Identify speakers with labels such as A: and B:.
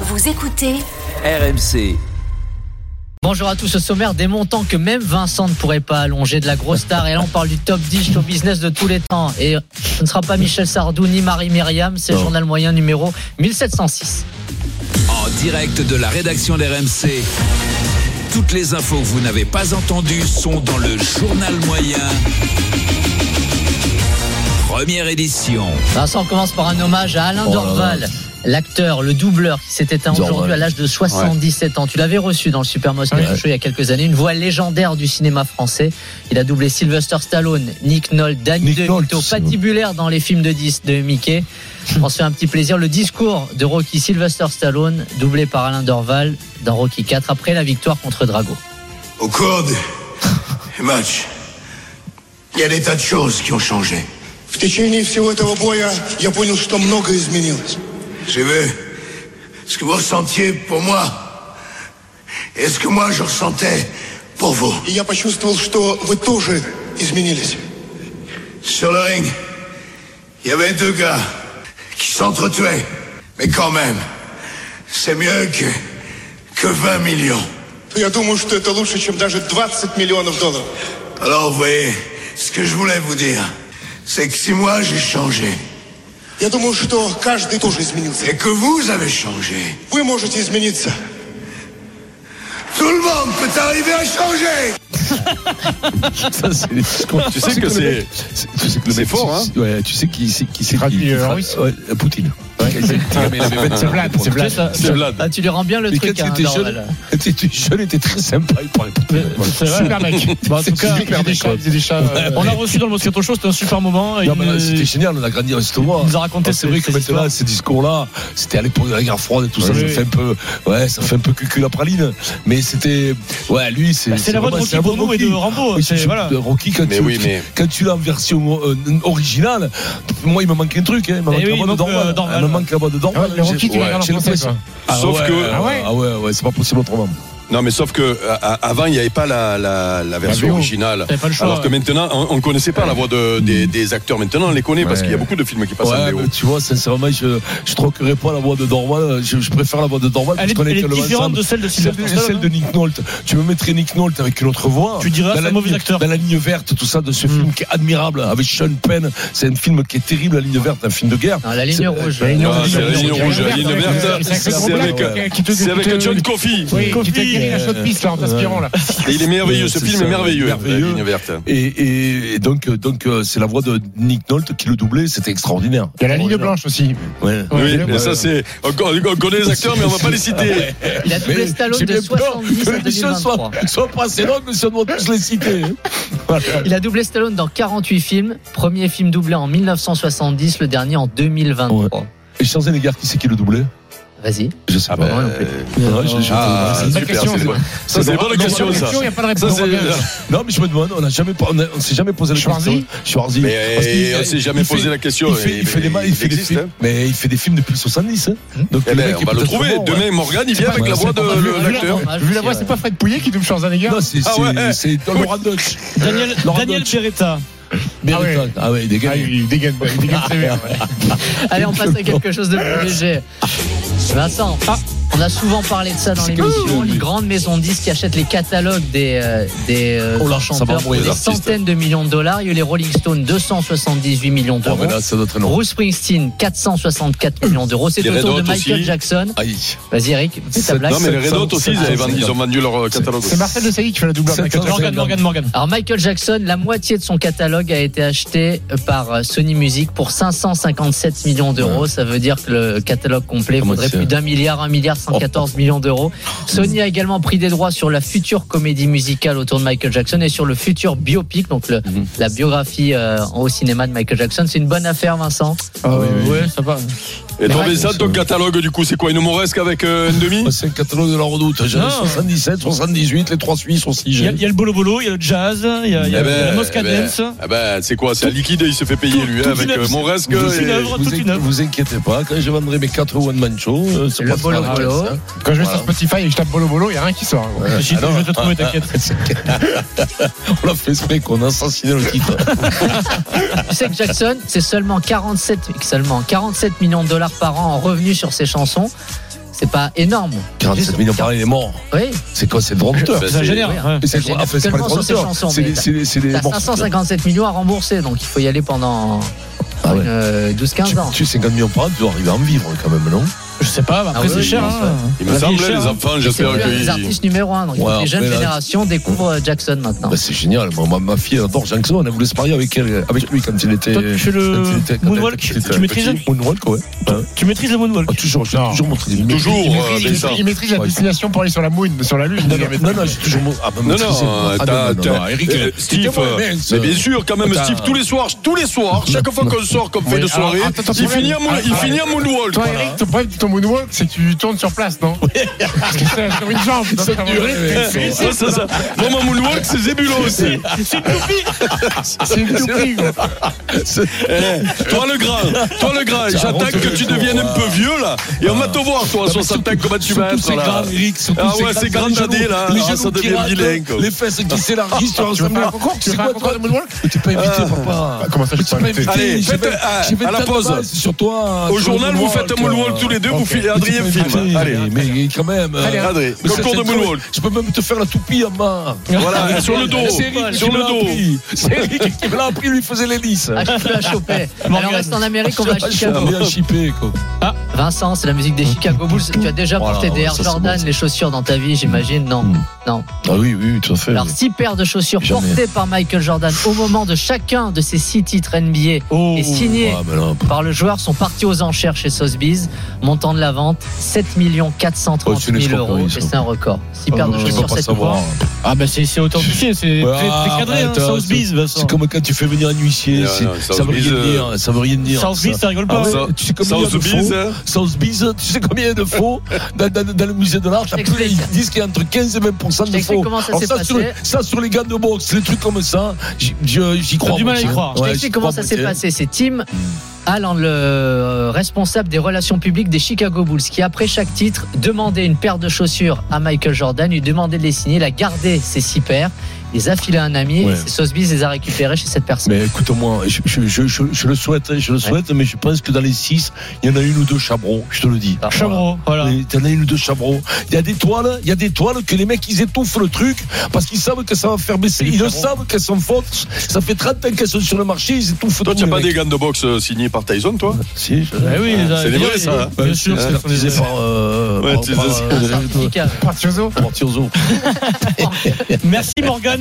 A: Vous écoutez
B: RMC.
C: Bonjour à tous, au sommaire des montants que même Vincent ne pourrait pas allonger de la grosse star. Et là, on parle du top 10 show business de tous les temps. Et ce ne sera pas Michel Sardou ni Marie Myriam, c'est le journal moyen numéro 1706.
B: En direct de la rédaction d'RMC. Toutes les infos que vous n'avez pas entendues sont dans le journal moyen. Première édition.
C: Vincent, on commence par un hommage à Alain
D: Oh là
C: Dorval. L'acteur, le doubleur qui s'est éteint
D: Dorval.
C: aujourd'hui à l'âge de 77 ans. Tu l'avais reçu dans le Super Moscow
D: Ouais.
C: Show il y a quelques années, une voix légendaire du cinéma français. Il a doublé Sylvester Stallone, Nick Nolte, Danny
D: Nick
C: DeVito,
D: Nolte.
C: patibulaire dans les films de 10 de Mickey. On se fait un petit plaisir. Le discours de Rocky Sylvester Stallone, doublé par Alain Dorval dans Rocky 4 après la victoire contre Drago.
E: Au cours des matchs, il y a des tas de choses qui ont changé.
F: В течение всего этого боя я понял, что многое изменилось.
E: J'ai vu ce que vous ressentiez pour moi et ce que moi je ressentais pour vous.
F: И я почувствовал, что вы тоже изменились.
E: Sur le ring, il y avait deux gars qui s'entretuaient. Mais quand même, c'est mieux que, que 20 millions.
F: Я думаю, что это лучше, чем даже 20 миллионов долларов.
E: Alors vous voyez, ce que je voulais vous dire, c'est que si moi j'ai changé
F: Я думаю, что каждый тоже изменился.
E: et que vous avez changé,
F: Вы можете измениться.
E: tout le monde peut arriver à changer
D: Ça, c'est- tu sais que c'est. c'est- Tu sais que le
G: C'est
D: mec-
G: fort, hein
D: Ouais, tu sais qui c'est qui c'est
G: traduit,
D: qui- qui
G: euh,
D: fra-
G: russe
D: ouais, euh, Poutine. C'est
G: Vlad, c'est Vlad.
D: C'est Vlad.
C: Ah, tu lui rends bien le
D: Mais quand
C: truc, hein,
D: t'étais jeune,
C: Dorval.
D: quand t'étais jeune, il était très sympa, il parlait Poutine. Voilà.
G: C'est vrai. Super mec. en tout cas, il faisait des chats, il faisait des chats, euh, on l'a reçu dans le Moscato Show, c'était un super moment.
D: Non,
G: il-
D: mais là, c'était génial, on a grandi en Estomac.
G: Il nous a raconté
D: C'est vrai
G: ces-
D: que
G: ces
D: maintenant,
G: histoires.
D: ces discours-là, c'était à l'époque de la guerre froide et tout ça,
G: Oui,
D: ça
G: oui.
D: fait un peu, ouais, ça fait un peu cucul la praline. Mais c'était, ouais, lui, c'est.
G: Bah, c'est la voix de
D: vraiment-
G: Rocky
D: c'est la voix
G: pour nous et de Rambo,
D: Oui,
G: c'est-
D: je-
G: voilà.
D: de Rocky, quand
H: Mais
D: tu,
H: oui, mais-
D: quand tu l'as en version euh, originale, moi, il me manque un truc, hein, il me manque
G: Eh
D: la
G: oui,
D: voix
G: il
D: de
G: manque, euh,
D: Dorval.
G: Dorval,
D: Il me
G: ouais.
D: manque la voix de
G: Ah ouais,
D: Dorval.
G: mais Rocky, tu
D: J'ai-
G: l'as regardé en
D: j'ai
G: français,
D: l'impression-
G: quoi.
D: Ah
H: Sauf
D: ouais,
H: que-
D: euh,
H: Ah
G: ouais
D: Ah ouais, ouais, c'est pas possible autrement.
H: Non, mais sauf que à- à- avant, il n'y avait pas la, la- la version
G: bio.
H: originale.
G: T'avais pas le choix,
H: Alors que
G: ouais.
H: maintenant, on ne connaissait pas la voix de- des, des acteurs. Maintenant, on les connaît parce
D: Ouais.
H: qu'il y a beaucoup de films qui passent en
D: Ouais,
H: VO.
D: mais tu vois, sincèrement, je, je troquerais pas la voix de Dorval. Je, je préfère la voix de Dorval
G: Elle
D: parce
G: est,
D: qu'on
G: elle
D: est
G: est
D: que le
G: différente
D: ensemble.
G: de celle de
D: Celle,
G: Sylvester
D: celle
G: Stallone.
D: de Nick Nolte. Tu me mettrais Nick Nolte avec une autre voix.
G: hein. Tu diras,
D: Dans
G: c'est
D: la
G: un mauvais
D: ligne-
G: acteur. Hmm.
D: Dans la ligne verte, tout ça, de ce film qui est admirable, hein, avec Sean Penn. C'est un film qui est terrible, la ligne verte, un film de guerre.
C: Non, Ah, la ligne
D: C'est-
C: rouge.
D: euh,
C: ouais.
D: non,
H: Ah, c'est la ligne
D: rouge,
H: rouge, la ligne
D: verte,
H: verte.
D: avec-
H: C'est
D: avec-
H: avec,
D: avec-
H: c'est avec John Coffey.
G: Oui, qui t'a guéri la
D: shot-piste,
G: là en
D: t'aspirant,
G: là.
H: Et il est merveilleux, ce
D: C'est
H: film
D: ça,
H: est merveilleux. La
D: merveilleux.
H: ligne verte.
D: Et, et- et donc, euh, donc euh, c'est la voix de Nick Nolte qui le doublait, c'était extraordinaire.
G: Il y a la ligne blanche aussi.
D: Ouais.
H: Oui,
D: Ouais.
H: mais ça c'est. On on connaît les acteurs, mais on va pas les citer.
C: Il a doublé
D: Mais
C: Stallone
D: j'ai
C: de
D: bien peur
C: 70
D: que
C: à
D: l'émission
C: 2023.
D: Soit, soit pas assez longue, mais si on doit tous les citer. hein. Voilà.
C: Il a doublé Stallone dans 48 films. Premier film doublé en 1970, le dernier en 2023.
D: Et Schwarzenegger, qui c'est qui le doublait
C: Vas-y.
D: Je sais pas.
C: Moi Ah, bah, non plus.
D: Ouais, je- je-
H: Ah,
D: je-
H: super, c'est bon. Ça c'est une bonne question ça. Ça, c'est-
D: Non, mais je me demande, on n'a jamais, pas- on a- on s'est jamais posé la question. Schwarzy.
H: Mais
D: Parce qu'il-
H: on s'est jamais
D: il
H: posé
D: fait-
H: la question.
D: Il fait, il fait
H: Mais
D: des, ma- il
H: il
D: fait des
H: existe,
D: films,
H: hein.
D: mais il fait des films depuis 70. Hein. Donc
H: Eh ben,
D: mec
H: on
D: est
H: va le
D: peut-être
H: trouver.
D: mort, ouais.
H: Demain, Morgan, il vient avec la voix de
D: Euh,
H: le- l'acteur.
C: Vu la hein, voix, c'est pas
D: hein. Non, c'est
H: Ah ouais.
D: c'est- c'est Laurent Deutsch.
G: Daniel,
D: Laurent
G: Daniel
D: Deutsch.
G: Beretta.
D: Beretta. Ah ouais, il dégage.
C: Allez, on passe à quelque chose de plus léger. Vincent,
D: Ah.
C: on a souvent parlé de ça dans l'émission. Les grandes maisons de disques qui achètent les catalogues des, euh, des euh,
D: Oh là, ça va
C: chanteurs pour
D: embrouiller
C: des
D: les artistes.
C: centaines de millions de dollars. Il y a eu les Rolling Stones, 278 millions
D: Oh,
C: d'euros.
D: mais là, ça doit être énorme.
C: Bruce Springsteen, 464 millions d'euros. C'est
H: Les
C: le
H: Red
C: tour de
H: Hot
C: Michael
H: aussi.
C: Jackson.
D: Aïe.
C: Vas-y, Eric, fais ta
D: Sept-
C: blague.
H: Non, mais les Red Hot aussi, ils, avaient vendu- ils ont vendu leur
D: C'est-
H: catalogue.
G: Marcel de Sailly qui fait la doubleur.
D: Sept-
G: Morgan, Morgan, Morgan.
C: Alors Michael Jackson, la moitié de son catalogue a été acheté par euh, Sony Music pour 557 millions d'euros. Ça veut dire que le catalogue complet
D: La
C: vaudrait
D: moitié.
C: plus d'un milliard, un milliard 114 millions d'euros. Sony a également pris des droits sur la future comédie musicale autour de Michael Jackson et sur le futur biopic, donc le- la biographie euh, au cinéma de Michael Jackson. C'est une bonne affaire, Vincent.
G: Ah
D: oui, oui.
G: Ouais, ça va.
H: Et
C: Ouais,
H: tombé ça
D: c'est
H: ton
D: ça.
H: catalogue du coup, c'est quoi une moresque avec euh, un demi
D: Moi, C'est le catalogue de la redoute. hein. J'avais
G: Non.
D: 77, 78, les 3 Suisses,
G: Il y, a,
D: 6
G: il y a le bolo bolo, il y a le jazz, il y a, il y a
H: Eh ben,
G: la
H: eh
G: Mosca
H: ben,
G: Dance.
H: eh ben, c'est quoi C'est un liquide, il se fait payer
G: Tout-
H: lui,
G: tout
H: hein, avec
G: une
H: euh,
G: œuvre,
H: moresque.
G: tout
H: et-
G: une œuvre.
D: vous,
G: toute une œuvre.
D: vous inquiétez pas, quand je vendrai mes 4 One Man Show, euh, ça
C: Le
D: passera
C: bolo
D: à la
C: bolo.
D: caisse, hein.
G: Quand je vais
D: sur
G: Spotify et je tape bolo bolo, il y a rien qui sort. Je suis- je vais te trouver, t'inquiète.
D: On l'a fait exprès qu'on a assassiné le titre.
C: Tu sais que Jackson, c'est seulement 47, seulement 47 millions de dollars par an en revenus sur ses chansons. C'est pas énorme.
D: 47 millions par an, il est mort.
C: Oui,
D: C'est quoi, c'est le droit d'auteur
H: Bah,
G: Ça
H: c'est-
G: génère.
C: oui,
G: ouais.
D: Mais c'est le
C: J'ai
D: droit- enfin, c'est pas le
C: tellement
D: droit
C: sur ces
D: d'auteur.
C: chansons,
D: C'est
C: mais
D: les- c'est les- c'est les
C: t'as
D: morceaux.
C: 557 millions à rembourser, donc il faut y aller pendant
D: Ah ouais.
C: euh, 12-15
D: Tu,
C: ans.
D: tu 50 millions par an, tu dois arriver à en vivre quand même, non
G: Je sais pas, mais
C: Ah
G: après
C: oui,
G: c'est
C: oui,
G: cher.
C: je pense,
G: hein.
H: Il me
G: La vie
H: semble,
G: est chère,
H: les
G: hein.
H: enfants,
C: C'est
H: j'espère
C: plus un des
H: que.
C: artistes numéro 1, donc
D: Ouais,
C: les jeunes
D: après, là-
C: générations découvrent euh, Jackson maintenant.
D: Bah, C'est génial. Moi, ma, ma fille elle adore Jackson. Elle voulait se marier avec, elle, avec lui quand il était.
G: Toi, tu fais le
D: quand il était- quand
G: moonwalk,
D: il était
G: tu
D: petit.
G: maîtrises
D: Moonwalk, ouais. Hein
G: Oh, Tu maîtrises le moonwalk.
D: Ah, toujours, j'ai
A: Non.
D: toujours montré des
H: Toujours, euh,
A: il,
H: Vincent.
A: maîtrise, il maîtrise la
D: Ouais.
A: destination pour aller sur la moon, sur la lune.
D: Non,
A: Il
D: non,
A: maîtrise-
D: non, j'ai toujours montré. Ah, bah,
H: Non,
D: maîtrise-
H: non,
D: Ah,
H: t'as-
D: non, non, non,
H: t'as-
D: Eric,
H: euh,
D: euh,
H: Steve,
D: moi,
H: euh,
D: mais-
H: mais bien sûr, quand même,
D: Attends.
H: Steve, tous les soirs, tous les soirs, chaque fois qu'on sort, qu'on fait
A: Oui,
H: de soirée,
A: alors, attends, attends,
H: il
A: problème.
H: finit à mon- il
A: Ouais,
H: finit à Moonwalk.
A: Toi, Eric, ton problème de ton moonwalk, c'est que tu tournes sur place, non Parce que c'est sur une jambe. donc, à un moment donné,
H: Ouais, ça, ça, ça. Moi, mon moonwalk, c'est Zébulon aussi.
A: C'est une toupie, quoi.
H: Eh, toi, le grand, toi, le grand, j'attends que tu deviennes un peu vieux, là. Et on va te voir, toi, à 60 ans, comment tu vas
D: Surtout
H: être,
D: c'est
H: là.
D: grave, Eric. surtout
H: Ah
D: c'est
H: ouais,
D: grave,
H: c'est grave
D: les genoux-
H: dadé, là.
D: Les
H: Ah,
D: genoux
H: ça devient
D: qui ratent,
H: vilain, quoi.
D: Les fesses qui s'élargissent, tu
A: Tu veux
D: ressembles
A: faire
D: à
A: un concours Tu
D: C'est
A: veux faire un
D: quoi,
A: concours
D: toi
A: de moonwalk
D: T'es pas invité, papa.
A: Ah, Comment ça, je suis pas invité
H: Allez,
D: J'ai
H: faites,
D: fait-
H: ah,
D: j'ai fait
H: à la
D: table
H: pause.
D: basse, c'est sur toi.
H: Au
D: sur
H: journal,
D: le
H: vous faites un moonwalk tous les deux, vous
D: Ok.
H: filez, Adrien
D: Mais tu
H: filme.
D: peux inviter,
H: Allez.
D: Mais mais quand même. euh,
A: Allez,
H: Adrien,
D: mais
H: concours
D: c'est-
H: de
D: c'est-
H: moonwalk.
D: Je peux même te faire la toupie à main.
H: Voilà, sur le dos,
D: C'est Eric
H: sur
D: qui me
H: le
D: l'a
H: dos.
D: appris. C'est Eric qui me l'a appris, lui faisait les lisses.
C: Ah, je peux la choper. Alors, on reste en Amérique, on va à
D: Ah,
C: Chicago.
D: bien chipé, quoi.
C: Vincent, c'est la musique des Chicago Bulls. Tu as déjà
D: Voilà,
C: porté des Air
D: ça, c'est
C: Jordan,
D: bon, ça.
C: les chaussures dans ta vie, j'imagine Non. Non.
D: Ah oui, oui, oui, tout à fait.
C: Alors, six paires de chaussures
D: Jamais.
C: portées par Michael Jordan au moment de chacun de ces six titres NBA
G: Oh.
C: et signés
D: Ah, mais là,
C: par le joueur sont partis aux enchères chez Sotheby's. Montant de la vente 7 430
D: Oh, c'est une
C: 000 euros.
D: escroquerie,
C: Et
D: ça.
C: c'est un record. Six
D: Ah,
C: paires de
D: je peux
C: chaussures,
D: pas
C: 7
D: savoir.
C: fois.
G: Ah bah c'est c'est authentifié, c'est
D: Ouais,
G: très très cadré, hein,
D: arrête, hein,
G: South Bees, Vincent.
D: C'est comme quand tu fais venir un huissier,
H: Non,
D: c'est-
H: non,
D: ça
H: South
D: veut rien
H: Bees, euh,
D: dire, ça veut rien dire.
G: South
D: ça.
G: Bees, ça rigole
D: Ah
G: pas.
D: ouais,
G: hein.
D: tu sais combien
H: South
D: de
H: Bees,
D: faux
H: hein.
D: South Bees, tu sais combien de faux dans, dans- dans le musée de l'art
C: Je
D: Après,
C: t'explique.
D: ils disent qu'il y a entre 15 et 20
C: Je
D: de
C: t'explique
D: faux.
C: comment ça
D: Alors
C: s'est
D: ça,
C: passé.
D: sur, ça, sur les gants de boxe, les trucs comme ça, j'y- j'y j'y crois.
G: du mal à y
D: moi,
G: croire.
D: tiens.
C: Je
D: Ouais,
C: t'explique
D: j'y
C: comment
D: crois, Hmm.
C: ça
D: moi,
C: s'est
D: tiens.
C: passé. C'est Tim Allen, le euh, responsable des relations publiques des Chicago Bulls, qui après chaque titre demandait une paire de chaussures à Michael Jordan, lui demandait de les signer, il a gardé ses six paires, les a filées à un ami,
D: Ouais.
C: et c'est Sotheby's les a récupérées chez cette personne.
D: Mais écoute-moi, je, je- je- je- je le souhaite, hein, je le souhaite, mais je pense que dans les 6, il y en a une ou deux chabrons, je te le dis.
C: Ah,
G: Chamreau, voilà.
D: Il y en a une ou deux chabrons. Il y a des toiles, il y a des toiles que les mecs ils étouffent le truc parce qu'ils savent que ça va faire baisser. Ils le savent qu'elles sont fautes. Ça fait 30 ans qu'elles sont sur le marché, ils étouffent
H: Toi,
D: tout,
H: tu n'as
D: les
H: pas
D: mecs.
H: des gants de boxe euh, signés par Tyson, toi
D: Si, je-
G: Ah oui, les-
H: c'est des vrais, ça, hein.
G: Bien sûr,
D: c'est
G: ce sont des
D: artisé
G: vrais.
D: par. euh,
H: Ouais,
D: par-
H: tu les
D: par-
H: as-
D: euh,
C: Certificat.
A: Partiozo
D: Portiozo.
G: Merci Morgan.